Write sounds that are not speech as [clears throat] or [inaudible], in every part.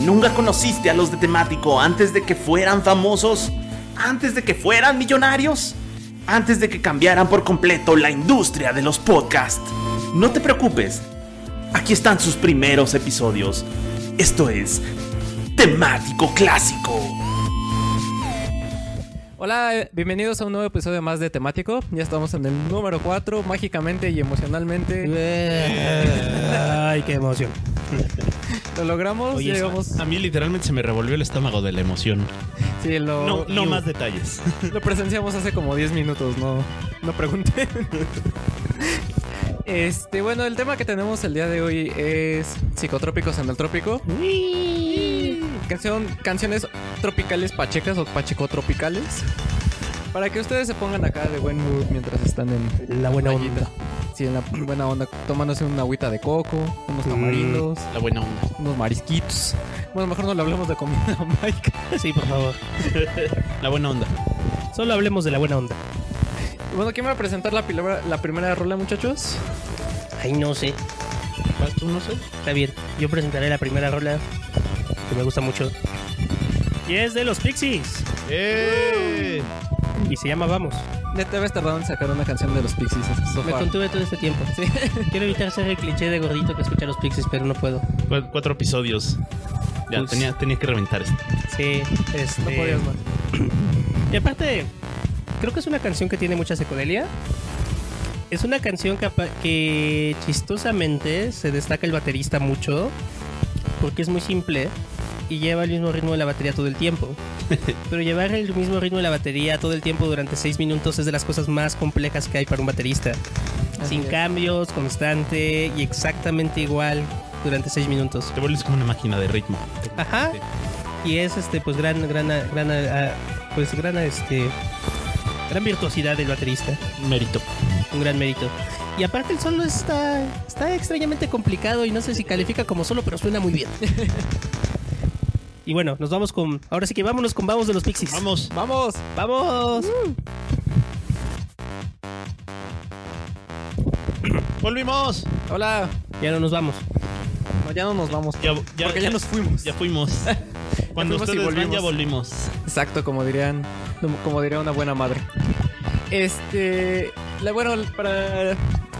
¿Nunca conociste a los de temático antes de que fueran famosos? ¿Antes de que fueran millonarios? ¿Antes de que cambiaran por completo la industria de los podcasts? No te preocupes, aquí están sus primeros episodios. Esto es temático clásico. Hola, bienvenidos a un nuevo episodio más de Temático. Ya estamos en el número 4, mágicamente y emocionalmente. Ay, qué emoción. Lo logramos, Oye, llegamos. A mí literalmente se me revolvió el estómago de la emoción. ah, Sí, lo, No, no lo- más [laughs] detalles. Lo presenciamos hace como 10 minutos, no, no pregunté. Este, bueno, el tema que tenemos el día de hoy es psicotrópicos en el trópico. Canción, canciones tropicales pachecas o pachecotropicales. Para que ustedes se pongan acá de buen mood mientras están en La buena playita. onda. Sí, en la buena onda, tomándose una agüita de coco, unos Mm. tamarindos, La buena onda. unos marisquitos. Bueno, mejor no le hablamos de comida, [laughs] Mike. Sí, por favor. La buena onda. Solo hablemos de la buena onda. Bueno, ¿quién va a presentar la, pila- la primera rola, muchachos? Ay, no sé. ¿Vas tú, no sé? Está bien. Yo presentaré la primera rola que me gusta mucho. Y es de los Pixies. ¡Eh! Y se llama Vamos. Neta habías tardado en sacar una canción de los Pixies. so Me far. contuve todo este tiempo. Sí. Quiero evitar ser el cliché de gordito que escucha los Pixies, pero no puedo. Cu- cuatro episodios. Ya, Ups. tenía, tenía que reventar esto. Sí, este... No podías más. [clears throat] Y aparte, creo que es una canción que tiene mucha secuelia. Es una canción que, apa- que chistosamente se destaca el baterista mucho porque es muy simple y lleva el mismo ritmo de la batería todo el tiempo. [laughs] Pero llevar el mismo ritmo de la batería todo el tiempo durante 6 minutos es de las cosas más complejas que hay para un baterista. Así Sin es. cambios, constante y exactamente igual durante 6 minutos. Te vuelves como una máquina de ritmo. Ajá. Y es este pues gran gran gran ah, pues gran este gran virtuosidad del baterista, Mérito. un gran mérito. Y aparte el solo está está extrañamente complicado y no sé si califica como solo, pero suena [laughs] muy bien. y bueno, nos vamos con ahora sí que vámonos con vamos de los Pixies. Vamos. ¡Vamos! Uh. Vamos. ¡Volvimos! Hola. Ya no nos vamos. No, ya no nos vamos. Ya, ya, porque ya, nos fuimos. ya fuimos. Cuando fuimos y ustedes van, ya volvimos. Exacto, como dirían, como diría una buena madre. Este, la, bueno, para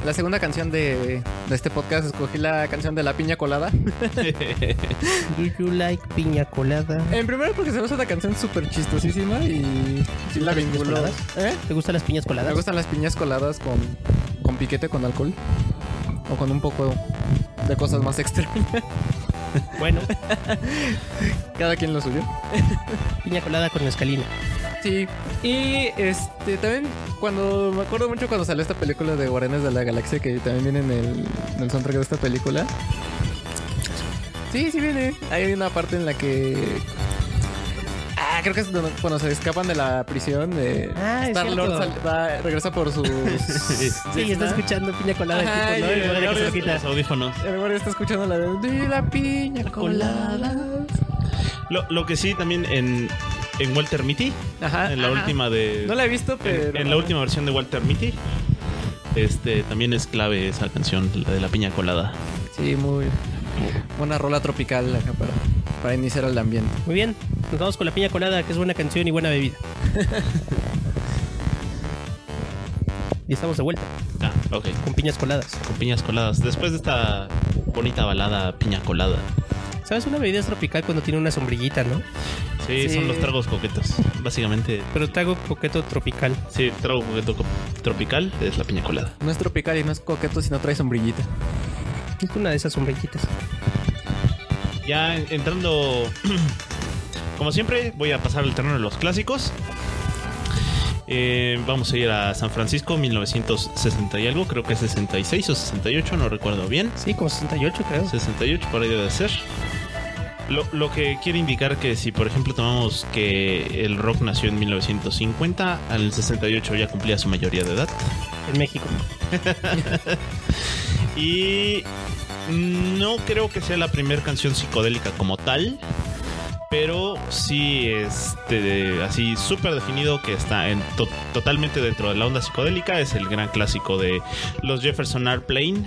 la segunda canción de, de este podcast escogí la canción de la piña colada. Do you like piña colada? En primer lugar porque se me hace una canción súper chistosísima y sí la vinculo. coladas? ¿Eh? ¿Te gustan las piñas Me coladas? gustan las piñas coladas con, con piquete con alcohol o con un poco de cosas más extrañas. Bueno, [laughs] Cada quien lo suyo. piña colada con mezcalina. Sí, y este también cuando me acuerdo mucho cuando salió esta película de Guardianes de la Galaxia que también viene en el, en el soundtrack de esta película. Sí, sí viene. Hay una parte en la que Ah, creo que es donde- cuando se escapan de la prisión de Ah, es Star-Lord cierto. sal- va- regresa por [laughs] sus Sí, está escuchando piña colada el Ajá, tipo, ¿no? y- Y luego de que se lo y- quita. Los audífonos. El guardia está escuchando la de "De la piña colada. Lo, lo que sí también en, en Walter Mitty, Ajá. en la ajá. última de... No la he visto, pero. en, en la última versión de Walter Mitty, este, también es clave esa canción, la de la piña colada. Sí, muy. Una rola tropical acá para, para iniciar el ambiente. Muy bien, nos vamos con la piña colada, que es buena canción y buena bebida. y estamos de vuelta Ah, ok. con piñas coladas. Con piñas coladas. Después de esta bonita balada piña colada. ¿Sabes? Una bebida es tropical cuando tiene una sombrillita, ¿no? Sí, Sí. son los tragos coquetos. Básicamente, Pero trago coqueto tropical. sí, trago coqueto co- tropical es la piña colada. No es tropical y no es coqueto si no trae sombrillita. Es una de esas sombrillitas. Ya en- entrando, [clears throat] como siempre, voy a pasar al terreno de los clásicos. Eh, vamos a ir a San Francisco, 1960 y algo, creo que 66 o 68, no recuerdo bien. Sí, como 68, creo. 68 por ahí debe de ser. Lo, lo que quiere indicar que si por ejemplo tomamos que el rock nació en 1950, al 68 ya cumplía su mayoría de edad. En México. Y no creo que sea la primera canción psicodélica como tal, Pero sí, este, de- así súper definido que está en to- totalmente dentro de la onda psicodélica. Es el gran clásico de los Jefferson Airplane,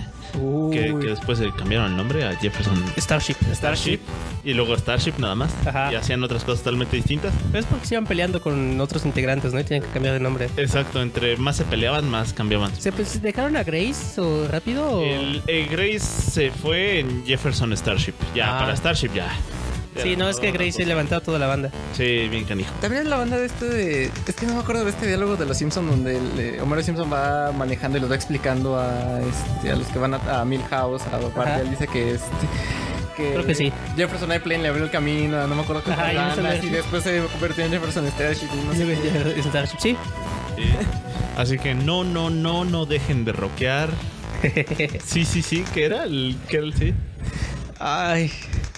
que, que después se cambiaron el nombre a Jefferson Starship. Starship. Y luego Starship nada más. Ajá. Y hacían otras cosas totalmente distintas. Pero es porque se iban peleando con otros integrantes, ¿no? Y tienen que cambiar de nombre. Exacto, entre más se peleaban, más cambiaban. ¿Se pues, dejaron a Grace o rápido? o- El, el Grace se fue en Jefferson Starship. Ya, Ah. para Starship ya. Ya Sí, era no, es que otra Grace se cosa. levantaba toda la banda. Sí, bien canijo. También es la banda de este de... Es que no me acuerdo de este diálogo de los Simpson donde el, eh, Homero Simpson va manejando y los va explicando a, este, a los que van a, a Milhouse, a Bart, Ajá. y él dice que este... Que Creo que sí. Jefferson Airplane le abrió el camino, no me acuerdo qué Ajá, otras y Jefferson bandas, y Airplane. después se convirtió en Jefferson Starship y no sé qué. [laughs] Starship, sí. Sí. Así que no, no, no, no dejen [laughs] de rockear. Sí, sí, sí, que era el que era el- sí. Ay,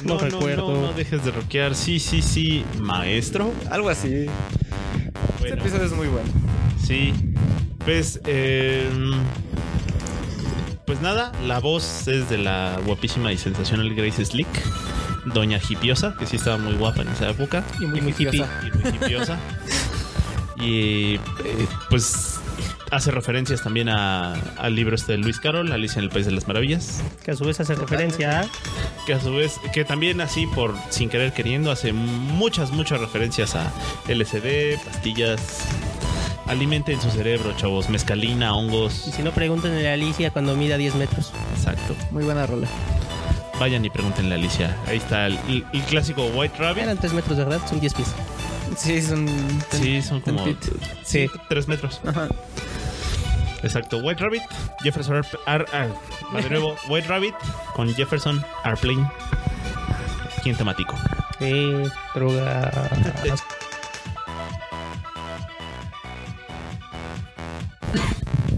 No No, recuerdo. no dejes de rockear. Sí, sí, sí, maestro. algo así. Este Bueno, episodio es muy bueno. sí. Pues, eh, pues nada, la voz es de la guapísima y sensacional Grace Slick, doña hipiosa, que sí estaba muy guapa en esa época. Y muy, Y muy hippie. hippiosa. y muy hipiosa. y eh, pues hace referencias también a- al libro este de Luis Carroll, Alicia en el País de las Maravillas, Que a su vez hace referencia a... que a su vez, que también así por sin querer queriendo, hace muchas, muchas referencias a LSD, pastillas. Alimenten su cerebro, chavos. Mezcalina, hongos. Y si no, pregúntenle a Alicia cuando mida 10 metros. Exacto. Muy buena rola. Vayan y pregúntenle a Alicia. Ahí está el, el- el clásico White Rabbit. Eran 3 metros, ¿verdad? Son 10 pies. Sí, es un... Sí, son como. Ten feet. Sí, Ah. tres metros. Ajá. Exacto, White Rabbit, Jefferson Ar- Ar- Ar- va de [laughs] nuevo, White Rabbit con Jefferson Airplane. ¿Quién temático? Sí, droga.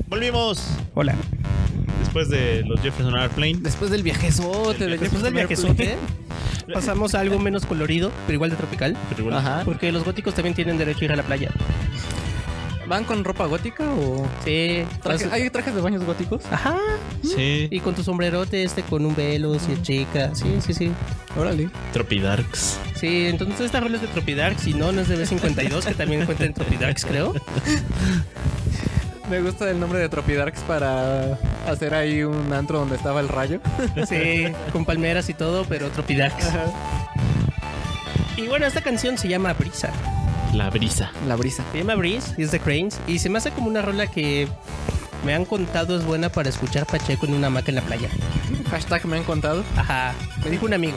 Volvimos Hola. después de los Jefferson Airplane. Después del viajezote. Del Después del viajezote, ¿eh? pasamos a algo menos colorido, pero igual de tropical. Pero igual- Ajá. Porque los góticos también tienen derecho a ir a la playa. ¿Van con ropa gótica o...? Sí. trajes- ¿Hay trajes de baños góticos? Ajá. Sí, Y con tu sombrerote este, con un velo, si es chica. Sí, sí, sí. Órale. Tropidarks. Sí, entonces esta rola es de Tropidark, si no, no es de B52, que también cuenta en Tropidarks, creo. Me gusta el nombre de Tropidarks para hacer ahí un antro donde estaba el rayo. Sí, con palmeras y todo, pero Tropidarks. Y bueno, esta canción se llama Brisa. La brisa. La brisa. Se llama Breeze y es de Cranes. Y se me hace como una rola que me han contado es buena para escuchar Pacheco en una hamaca en la playa. Hashtag me han contado. Ajá. Me dijo un amigo.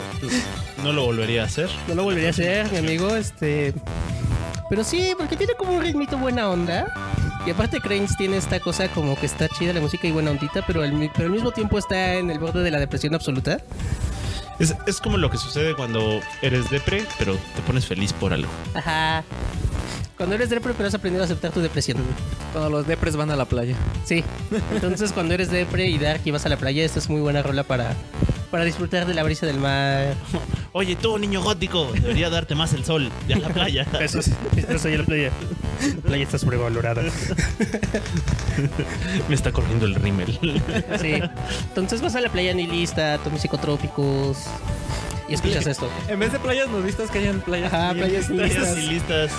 No lo volvería a hacer. No lo volvería a hacer, mi amigo, este... Pero sí, porque tiene como un ritmito buena onda. Y aparte Cranes tiene esta cosa como que está chida la música y buena ondita, pero al, mi- pero al mismo tiempo está en el borde de la depresión absoluta. Es, es como lo que sucede cuando eres depre, pero te pones feliz por algo. Ajá. Cuando eres depre, pero has aprendido a aceptar tu depresión. Cuando los depres van a la playa. Sí. Entonces, [laughs] cuando eres depre y dark y vas a la playa, esta es muy buena rola para, para disfrutar de la brisa del mar. Oye, tú, niño gótico, debería darte más el sol y a la playa. Eso es, eso la playa. La playa está sobrevalorada. [laughs] Me está corriendo el rímel. Sí. Entonces vas a la playa nihilista, tomas psicotrópicos y escuchas esto. En vez de playas nudistas que hayan playas. Ajá, bien. playas [laughs] Listas y nihilistas.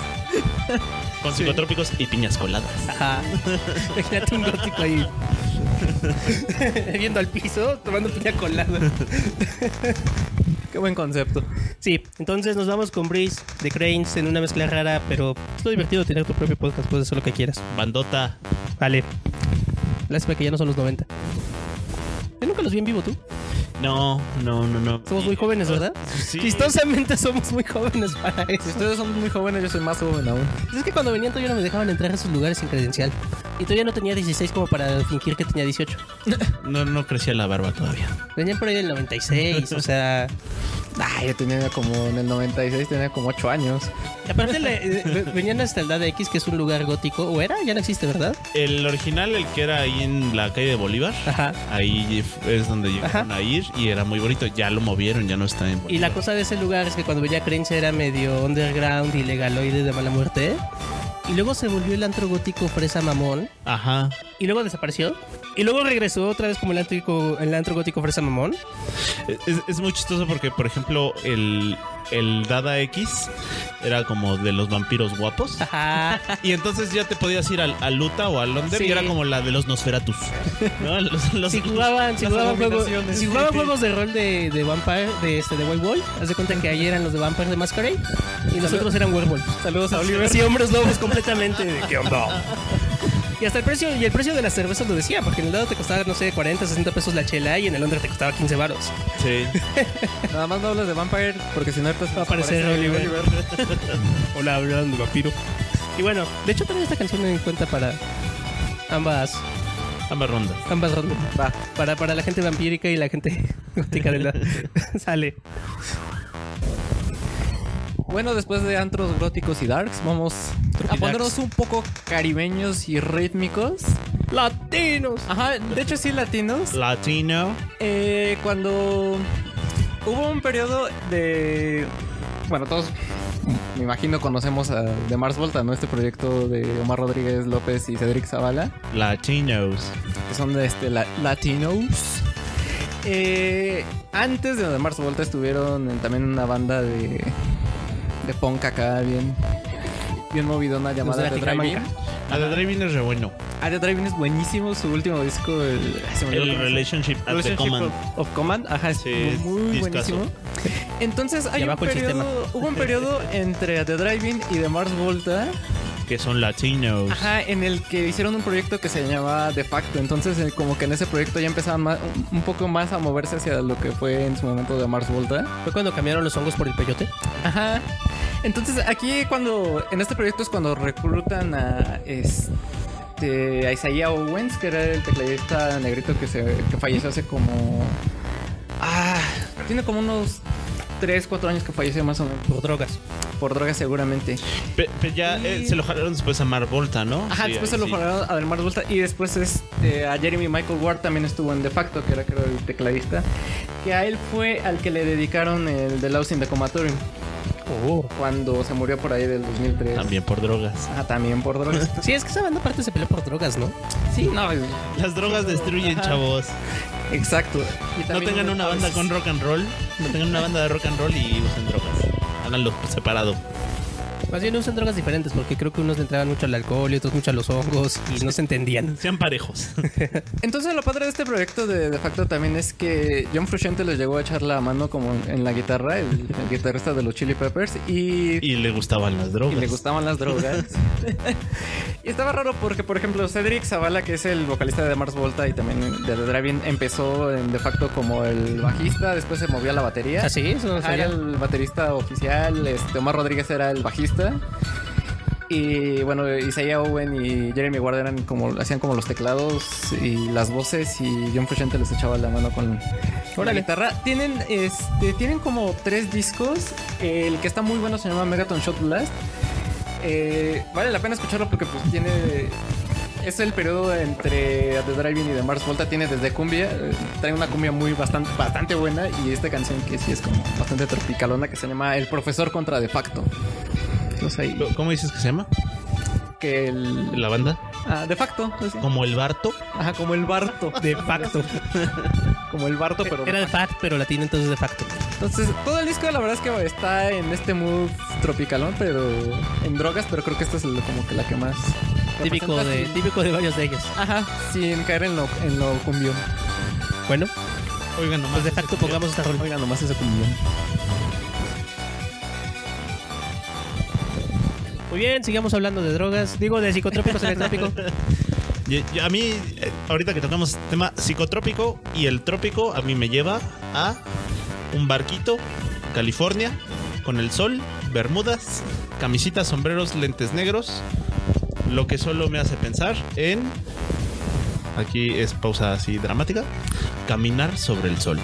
listas. Con psicotrópicos y piñas coladas. Ajá. Imagínate un gótico ahí. [laughs] Viendo al piso, tomando piña colada. Qué buen concepto. Sí, entonces nos vamos con Breeze de Cranes en una mezcla rara, pero es lo divertido tener tu propio podcast, puedes hacer lo que quieras. Bandota. Vale. Lástima que ya no son los 90. Yo nunca los vi en vivo, tú. No, no, no, no. Somos muy jóvenes, ¿verdad? Sí. Chistosamente somos muy jóvenes para Si eso. ustedes son muy jóvenes, yo soy más joven aún. Es que cuando venían todavía no me dejaban entrar a esos lugares sin credencial. Y todavía no tenía 16 como para fingir que tenía 18. No, no crecía la barba todavía. Venían por ahí del 96, o sea... Ay, yo tenía como en el 96, tenía como 8 años. Aparte la- eh, ve- venían hasta el Dada X, que es un lugar gótico. ¿O era? Ya no existe, ¿verdad? El original, el que era ahí en la calle de Bolívar, Ajá. ahí es donde llegaron a ir y era muy bonito. Ya lo movieron, ya no está en Y Bolívar. la cosa de ese lugar es que cuando venía Cringe era medio underground, ilegaloide de mala muerte. Y luego se volvió el antro gótico fresa mamón. Ajá. Y luego desapareció. Y luego regresó otra vez como el, antrico- el antro gótico fresa mamón. Es, es muy chistoso porque, por ejemplo, el, el Dada X era como de los [laughs] vampiros guapos. Ajá. Y entonces ya te podías ir al, a Luta o a Londres Sí. y era como la de los Nosferatus. ¿no? [laughs] Los- los- si jugaban, si las jugaban, juegos, abominaciones. si jugaban juegos de rol de, de Vampire, de este, de White Wolf, haz de cuenta que ahí eran los de Vampire de Masquerade y nosotros eran werewolves. Saludos a Oliver. Sí, hombres lobos completamente. ¿De qué onda? Y hasta el precio, y el precio de las cervezas lo decía, porque en el lado te costaba, no sé, 40, 60 pesos la chela y en el Londres te costaba 15 varos. Sí. Nada más no hablas de Vampire porque si no ahorita Va a aparecer Oliver. [laughs] Hola, hablando de vampiro. Y bueno, de hecho también esta canción en cuenta para ambas, Ambas rondas. ambas rondas. Va. Para, para la gente vampírica y la gente [laughs] gótica de la... Sale. Bueno, después de antros góticos y darks, vamos a Tropidarks. ponernos un poco caribeños y rítmicos. ¡Latinos! Ajá, de hecho sí latinos. Latino. Eh, cuando hubo un periodo de... Bueno, todos me imagino conocemos a, de Mars Volta, ¿no? Este proyecto de Omar Rodríguez López y Cedric Zavala. Latinos. que son de este la- latinos. Eh, antes de Mars Volta estuvieron en también una banda de de punk acá bien bien movidona llamada de The Tigramanca. Driving. A The Driving es re bueno. Ah, The Driving es buenísimo, su último disco el, ay, se me olvidó El cómo se- Relationship at the Relationship Command. Of, of Command, ajá, es Sí, muy discazo. buenísimo. Entonces hay un abajo el sistema. periodo, hubo un periodo entre The Driving y The Mars Volta Que son latinos. Ajá, en el que hicieron un proyecto que se llamaba De Facto. Entonces, eh, como que en ese proyecto ya empezaban más- un- un poco más a moverse hacia lo que fue en su momento de Mars Volta. ¿Fue cuando cambiaron los hongos por el peyote? Ajá. Entonces, aquí cuando. En este proyecto es cuando reclutan a. Este, a Isaiah Owens, que era el tecladista negrito que, se, que falleció hace como. Ah, tiene como unos 3, 4 años que falleció más o menos. Por drogas. Por drogas, seguramente. Pe- pe- ya eh, se lo jalaron después a Mar Volta, ¿no? Ajá, Sí, después se ahí lo sí. jalaron a Delmar Volta y después este, a Jeremy Michael Ward también estuvo en De Facto, que era creo el tecladista, que a él fue al que le dedicaron el The Lousing in the Comatorium Oh. cuando se murió por ahí del 2003. También por drogas. Ajá, Ah, también por drogas. Sí, es que esa banda aparte se peleó por drogas, ¿no? sí, no, es- Las drogas destruyen, Ajá. chavos. exacto. Y No también tengan una banda con rock and roll. No tengan una banda de rock and roll y usen drogas. Háganlo separado. Más bien usan drogas diferentes, porque creo que unos le entraban mucho al alcohol y otros mucho a los hongos y no se entendían. [laughs] Sean parejos. Entonces lo padre de este proyecto de, de facto también es que John Frusciante les llegó a echar la mano como en la guitarra, el, el guitarrista de los Chili Peppers y y le gustaban las Y drogas. le gustaban las [laughs] drogas. y estaba raro porque, por ejemplo, Cedric Zavala, que es el vocalista de Mars Volta y también de The Driving, empezó en, de facto como el bajista, después se movió a la batería. ¿Ah, sí? Eso no Ajá, era sabía. el baterista oficial, este, Omar Rodríguez era el bajista. Y bueno, Isaiah Owen y Jeremy Ward eran como, hacían como los teclados y las voces y John Frusciante les echaba la mano con la Órale. guitarra. Tienen, este, tienen como tres discos. El que está muy bueno se llama Megaton Shot Blast. Eh, vale la pena escucharlo porque pues tiene... Es el periodo entre The Driving y The Mars Volta. Tiene desde cumbia. eh, trae una cumbia muy bastante, bastante buena. Y esta canción que sí es como bastante tropicalona que se llama El Profesor contra De Facto. Entonces ahí... ¿Cómo dices que se llama? Que el... La banda. Ah, de facto. pues, sí. Como el Barto. Ajá, como el Barto. De facto. Como el [laughs] Barto, pero... Era de fact, pero latino entonces de facto. Entonces, todo el disco la verdad es que está en este mood tropicalón, pero en drogas, pero creo que esta es el- como que la que más Típico representa de, sin- típico de varios de ellos. Ajá, sin caer en lo en lo cumbión. Bueno, Oigan, nomás. pues de facto pongamos esta rola. Oiga, nomás ese cumbión. Muy bien, sigamos hablando de drogas. Digo, [laughs] de psicotrópicos en el trópico. Y- y a mí, eh, ahorita que tocamos tema psicotrópico y el trópico, a mí me lleva a un barquito, California, con el sol, bermudas, camisitas, sombreros, lentes negros. Lo que solo me hace pensar en. Aquí es pausa así dramática. Caminar sobre el sol.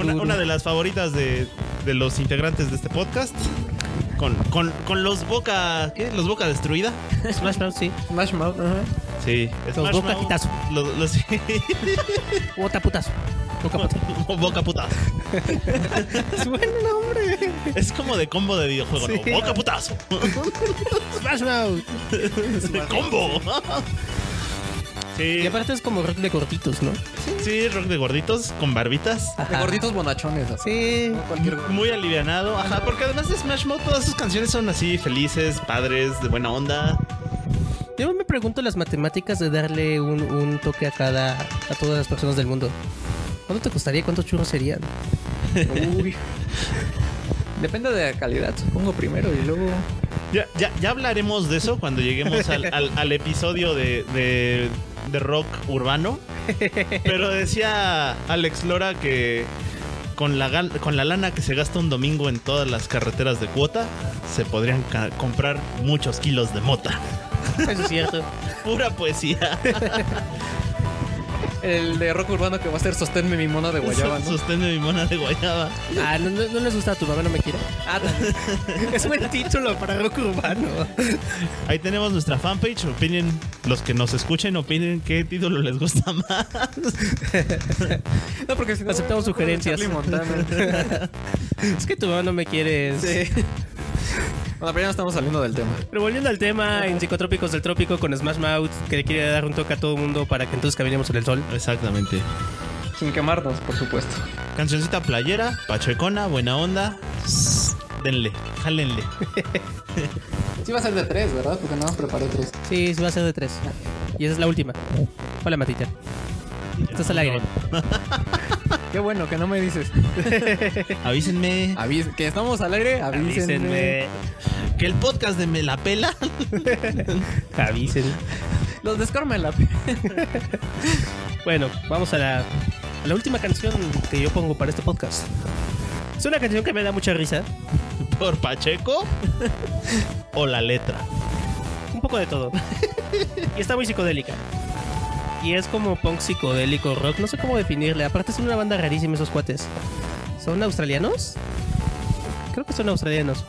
Una, una de las favoritas de, de los integrantes de este podcast. Con, con, con los boca. ¿Qué? ¿Los boca destruida? Smash Mouth, sí. Smash Mouth, ajá. Sí, Smash boca Mouth, quitazo. Los, los- [laughs] sí, Bota putazo. Boca putazo. [laughs] boca putazo. Buen nombre. Es como de combo de videojuego, ¿no? Sí. Boca putazo. Smash Mouth. combo. Sí, Y aparte es como rock de cortitos, ¿no? sí, rock de gorditos con barbitas. Ah, De gorditos bonachones, así. Sí. No cualquier [laughs] gordo. Muy alivianado, ajá, porque además de Smash Mouth todas sus canciones son así felices, padres, de buena onda. Yo me pregunto las matemáticas de darle un, un toque a cada. a todas las personas del mundo. ¿Cuánto te costaría? ¿Cuántos churros serían? Uy. Depende de la calidad, supongo, primero y luego. Ya, ya, ya hablaremos de eso cuando lleguemos al, al- al episodio de, de- de rock urbano. Pero decía Alex Lora que con la, gan- con la lana que se gasta un domingo en todas las carreteras de cuota, se podrían ca- comprar muchos kilos de mota. Eso es cierto. Pura poesía. El de rock urbano que va a ser Sosténme mi mona de guayaba, ¿no? Sostén de mi mona de guayaba. Ah, no, no- no les gusta a tu mamá, no me quiere. Ah, Es buen título para rock urbano. Ahí tenemos nuestra fanpage. Opinen, los que nos escuchen, opinen qué título les gusta más. [laughs] no, porque si no. Aceptamos sugerencias. Charlie Montana. Es que tu mamá no me quiere. [laughs] Sí. Bueno, pero ya no estamos saliendo del tema. Pero volviendo al tema en Psicotrópicos del Trópico con Smash Mouth, que le quiere dar un toque a todo el mundo para que entonces caminemos sobre el sol. Exactamente. Sin quemarnos, por supuesto. Cancioncita playera, pachecona, buena onda. Sss, Denle, jálenle. Sí va a ser de tres, ¿verdad? Porque no nos preparé tres. Sí, sí va a ser de tres. Y esa es la última. Hola, Matita. Estás al aire. Qué bueno que no me dices. Avísenme Avis- que estamos al aire, avísenme. que el podcast de Me la pela. [laughs] Avisen. Los descormen la Bueno, vamos a la, a la última canción que yo pongo para este podcast. Es una canción que me da mucha risa. ¿Por Pacheco? [laughs] ¿O la letra? Un poco de todo. [laughs] Y está muy psicodélica. Y es como punk psicodélico rock. No sé cómo definirle. Aparte son una banda rarísima esos cuates. ¿Son australianos? Creo que son australianos.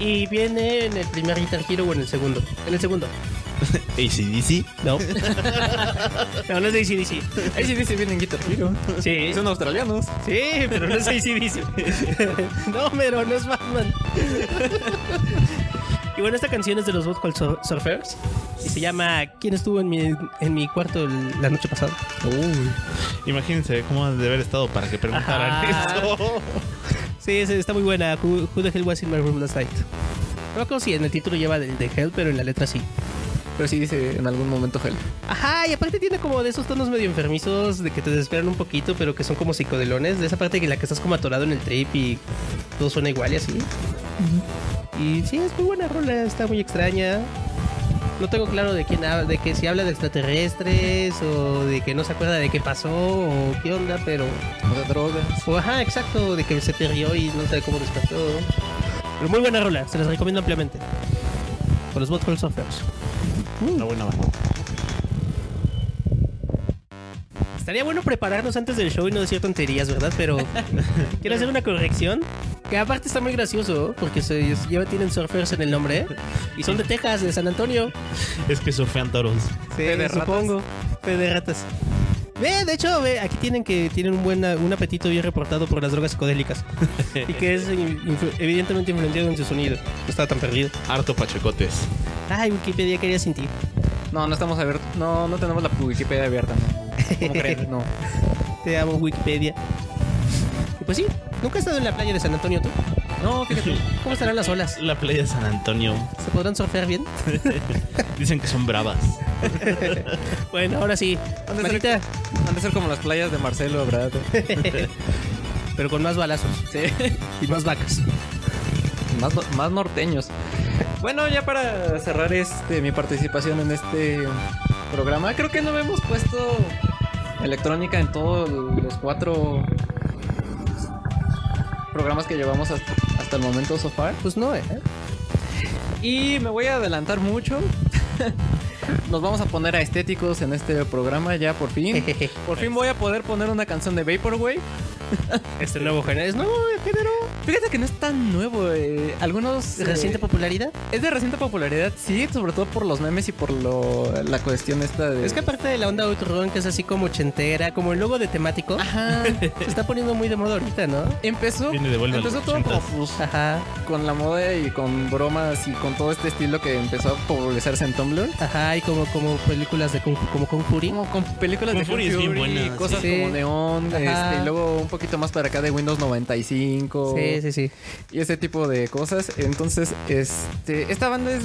Y viene en el primer Guitar Hero o en el segundo. En el segundo. ACDC. No. no, no es de [laughs] ACDC. Ahí sí dice bien en Guitar Hero. Sí. Son australianos. Sí, pero no es ACDC. no, pero no es Batman. y bueno, esta canción es de los Vodka Sur- Surfers. Y se llama ¿Quién estuvo en mi, en mi cuarto el- la noche pasada? Imagínense cómo han de haber estado para que preguntaran Ajá. eso. Sí, es- está muy buena. Who, who the hell was in my room last night? No me acuerdo si en el título lleva del de Hell, pero en la letra sí. Pero sí dice en algún momento Hell. Ajá, y aparte tiene como de esos tonos medio enfermizos de que te desesperan un poquito, pero que son como psicodelones, de esa parte en la que estás como atorado en el trip y todo suena igual y así. Y sí, es muy buena rola, está muy extraña. No tengo claro de quién habla, de que si habla de extraterrestres o de que no se acuerda de qué pasó o qué onda, pero. O de drogas. o ajá, exacto, de que se perdió y no sabe cómo despertó. Pero muy buena rola, se las recomiendo ampliamente. Por los Butthole Softwares. Una buena banda. Estaría bueno prepararnos antes del show y no decir tonterías, ¿verdad? [laughs] Pero quiero hacer una corrección. Que aparte está muy gracioso, porque se lleva, tienen surfers en el nombre. Y son de Texas, de San Antonio. Es que surfean toros. Sí, Fe de ratas. supongo. Fe de ratas. Ve, de hecho, ve, aquí tienen que tienen un buen un apetito bien reportado por las [laughs] drogas psicodélicas. y que es in- influ- evidentemente influenciado en su sonido. No estaba tan perdido. Harto pachecotes. Ay, Wikipedia quería sin ti. No, no estamos abiertos. No, no tenemos la Wikipedia abierta. ¿no? ¿Cómo creen? No. Te amo, Wikipedia. Y pues sí, nunca he estado en la playa de San Antonio tú. No, fíjate. ¿Cómo estarán las olas? La playa de San Antonio. ¿Se podrán surfear bien? Dicen que son bravas. Bueno, ahora sí. ¿Dónde Manita, Han de ser como las playas de Marcelo, ¿verdad? pero con más balazos Sí. [laughs] y más vacas. Más, no- más norteños. Bueno, ya para cerrar este mi participación en este programa, creo que no hemos puesto electrónica en todos los cuatro programas que llevamos hasta, hasta el momento so far. Pues no, ¿eh? Y me voy a adelantar mucho. [laughs] Nos vamos a poner a [laughs] estéticos en este programa ya por fin. Por fin voy a poder poner una canción de Vaporwave Este nuevo género. ¿Es nuevo de género? Fíjate que no es tan nuevo. eh, Algunos. ¿De reciente eh, popularidad? es de reciente popularidad, sí, sobre todo por los memes y por lo, la cuestión esta de. Es que aparte de la onda Outrun, que es así como ochentera, como el logo de temático, Ajá. [laughs] se está poniendo muy de moda ahorita, ¿no? Empezó. Viene de vuelta a los Empezó todo como 80s. pues, Ajá, con la moda y con bromas y con todo este estilo que empezó a popularizarse en Tumblr. ajá, y como, como películas de Kung, como Kung Fury. Como con películas Kung de Fury es bien buena, y cosas sí. como Neón, Ajá. este, y luego un poquito más para acá de Windows 95 Sí, sí, sí. y ese tipo de cosas. Entonces, este, esta banda es.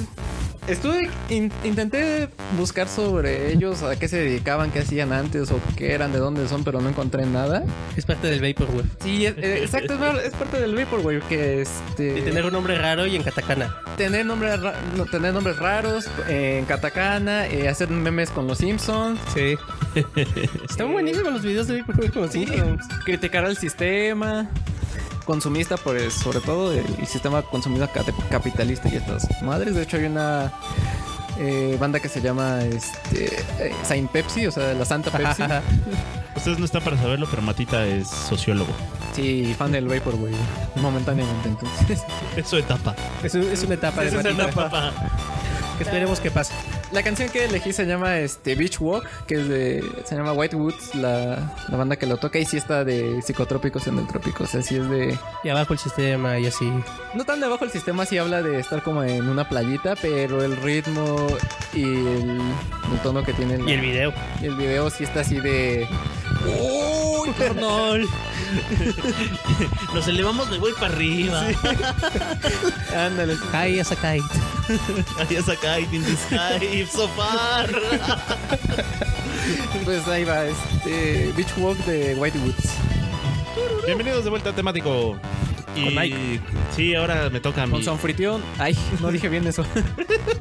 Estuve, in- intenté buscar sobre ellos, a qué se dedicaban, qué hacían antes o qué eran, de dónde son, pero no encontré nada. Es parte del Vaporwave. Sí, es- eh, exacto, es, mar- es parte del Vaporwave que este... Y tener un nombre raro y en katakana. tener nombres ra- no, tener nombres raros eh, en katakana eh, hacer memes con los Simpsons Sí. Están buenísimos los videos de Vaporwave como sí, Simpsons. criticar al sistema consumista pues sobre todo el sistema consumista cate- capitalista y estas madres de hecho hay una eh, banda que se llama este eh, Saint Pepsi o sea la Santa [laughs] Pepsi Ustedes no están para saberlo, pero Matita es sociólogo. sí fan del vaporwave momentáneamente entonces Es su etapa. Es, un- es una etapa de Esa es la Matita etapa. que esperemos que pase. La canción que elegí se llama este, Beach Walk, que es de, se llama White Woods, la, la banda que lo toca y sí está de psicotrópicos en el trópico, o sea, sí es de... Y abajo el sistema y así. No tan debajo el sistema, sí habla de estar como en una playita, pero el ritmo y el, el tono que tiene la- Y el video. y el video sí está así de... ¡Uy, carnal! Nos elevamos, me voy para arriba. [laughs] Ándale. Kai as a kite. Allá acá, in the sky, so far. Pues ahí va, este, Beach Walk de White Woods. Bienvenidos de vuelta a temático. Y Con Mike. sí, ahora me toca a mí. Con Sanfritión. Ay, no dije bien [laughs] eso.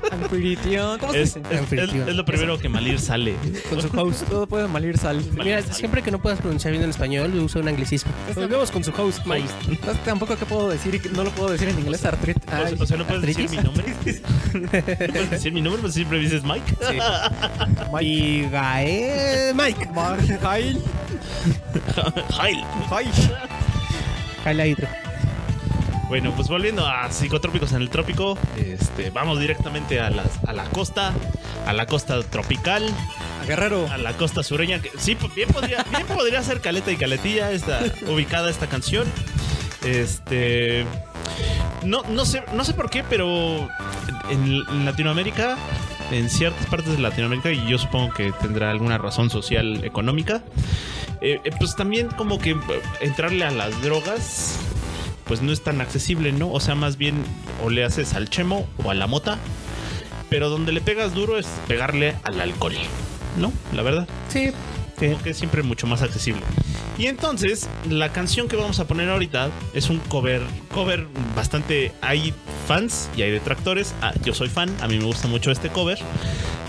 Sanfritión. ¿Cómo se Es, dice? es- es- es lo primero que Malir sale. Con su host. Todo puede malir sal. Mira, siempre que no puedas pronunciar bien el español, usa un anglicismo. Nos vemos con su host, Mike. No, tampoco que puedo decir y que no lo puedo decir en inglés artrit. O, Ay, o sea, no puedes decir mi nombre. [laughs] No puedes decir mi nombre, pero siempre dices Mike. Mike. Y Gael. Mike. Ay, Heil. [laughs] ay. Gael Aydra. Bueno, pues volviendo a psicotrópicos en el trópico, este, vamos directamente a, las, a la costa, a la costa tropical, Guerrero. a la costa sureña. Que, sí, pues, bien podría, bien podría ser Caleta y Caletilla esta, ubicada esta canción. Este. No, no, sé, no sé por qué, pero en, en Latinoamérica, en ciertas partes de Latinoamérica, y yo supongo que tendrá alguna razón social, económica, eh, eh, pues también como que eh, entrarle a las drogas, pues no es tan accesible, ¿no? O sea, más bien o le haces al chemo o a la mota, pero donde le pegas duro es pegarle al alcohol, ¿no? La verdad Sí. como que es siempre mucho más accesible. Y entonces, la canción que vamos a poner ahorita es un cover, cover bastante. Hay fans y hay detractores. Ah, yo soy fan, a mí me gusta mucho este cover.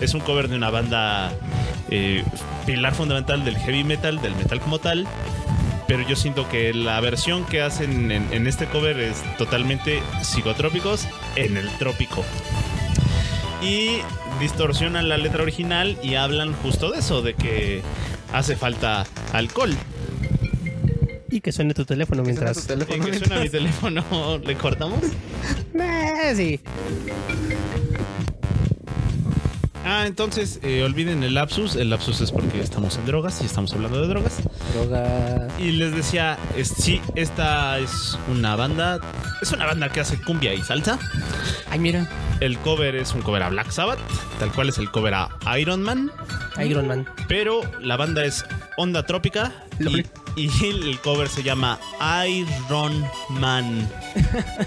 Es un cover de una banda eh, pilar fundamental del heavy metal, del metal como tal. Pero yo siento que la versión que hacen en, en este cover es totalmente psicotrópicos en el trópico. Y distorsionan la letra original y hablan justo de eso, de que hace falta alcohol. Y que suene tu teléfono Mientras tu mientras. Eh, teléfono. que suena mi teléfono, [laughs] ¿le cortamos? Eh, sí. Ah, entonces eh, olviden el lapsus. El lapsus es porque estamos en drogas y estamos hablando de drogas. Droga. Y les decía, es- sí, esta es una banda, es una banda que hace cumbia y salsa. Ay, mira. El cover es un cover a Black Sabbath, tal cual es el cover a Iron Man. Iron Man. Pero la banda es Onda Trópica y, Lovely. y el cover se llama Iron Man.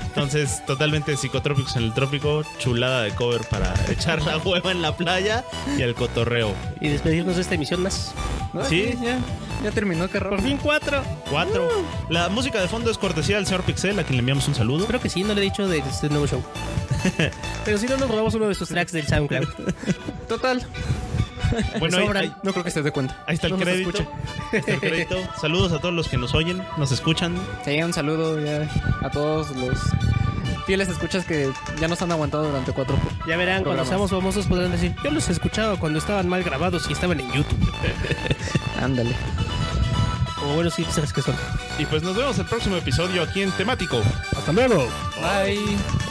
Entonces, totalmente psicotrópicos en el trópico, chulada de cover para echar la hueva en la playa y el cotorreo. Y despedirnos de esta emisión más. No, Sí. ya. Ya terminó, qué Por fin cuatro. Cuatro. Mm. La música de fondo es cortesía del señor Pixel, a quien le enviamos un saludo. Creo que sí, no le he dicho de este nuevo show. Pero si no, nos robamos uno de estos tracks del SoundCloud. Total. Bueno, ahí, sobran. ahí- No creo que se dé cuenta. ahí está el No nos crédito. escucha. Ahí está el crédito. Saludos a todos los que nos oyen, nos escuchan. Sí, un saludo ya a todos los fieles escuchas que ya nos han aguantado durante cuatro. [laughs] Ya verán, cuando Programas. seamos famosos podrán decir, yo los he escuchado cuando estaban mal grabados y estaban en YouTube. Ándale. O buenos hipsters que son. Y pues nos vemos el próximo episodio aquí en Temático. Hasta luego. Bye.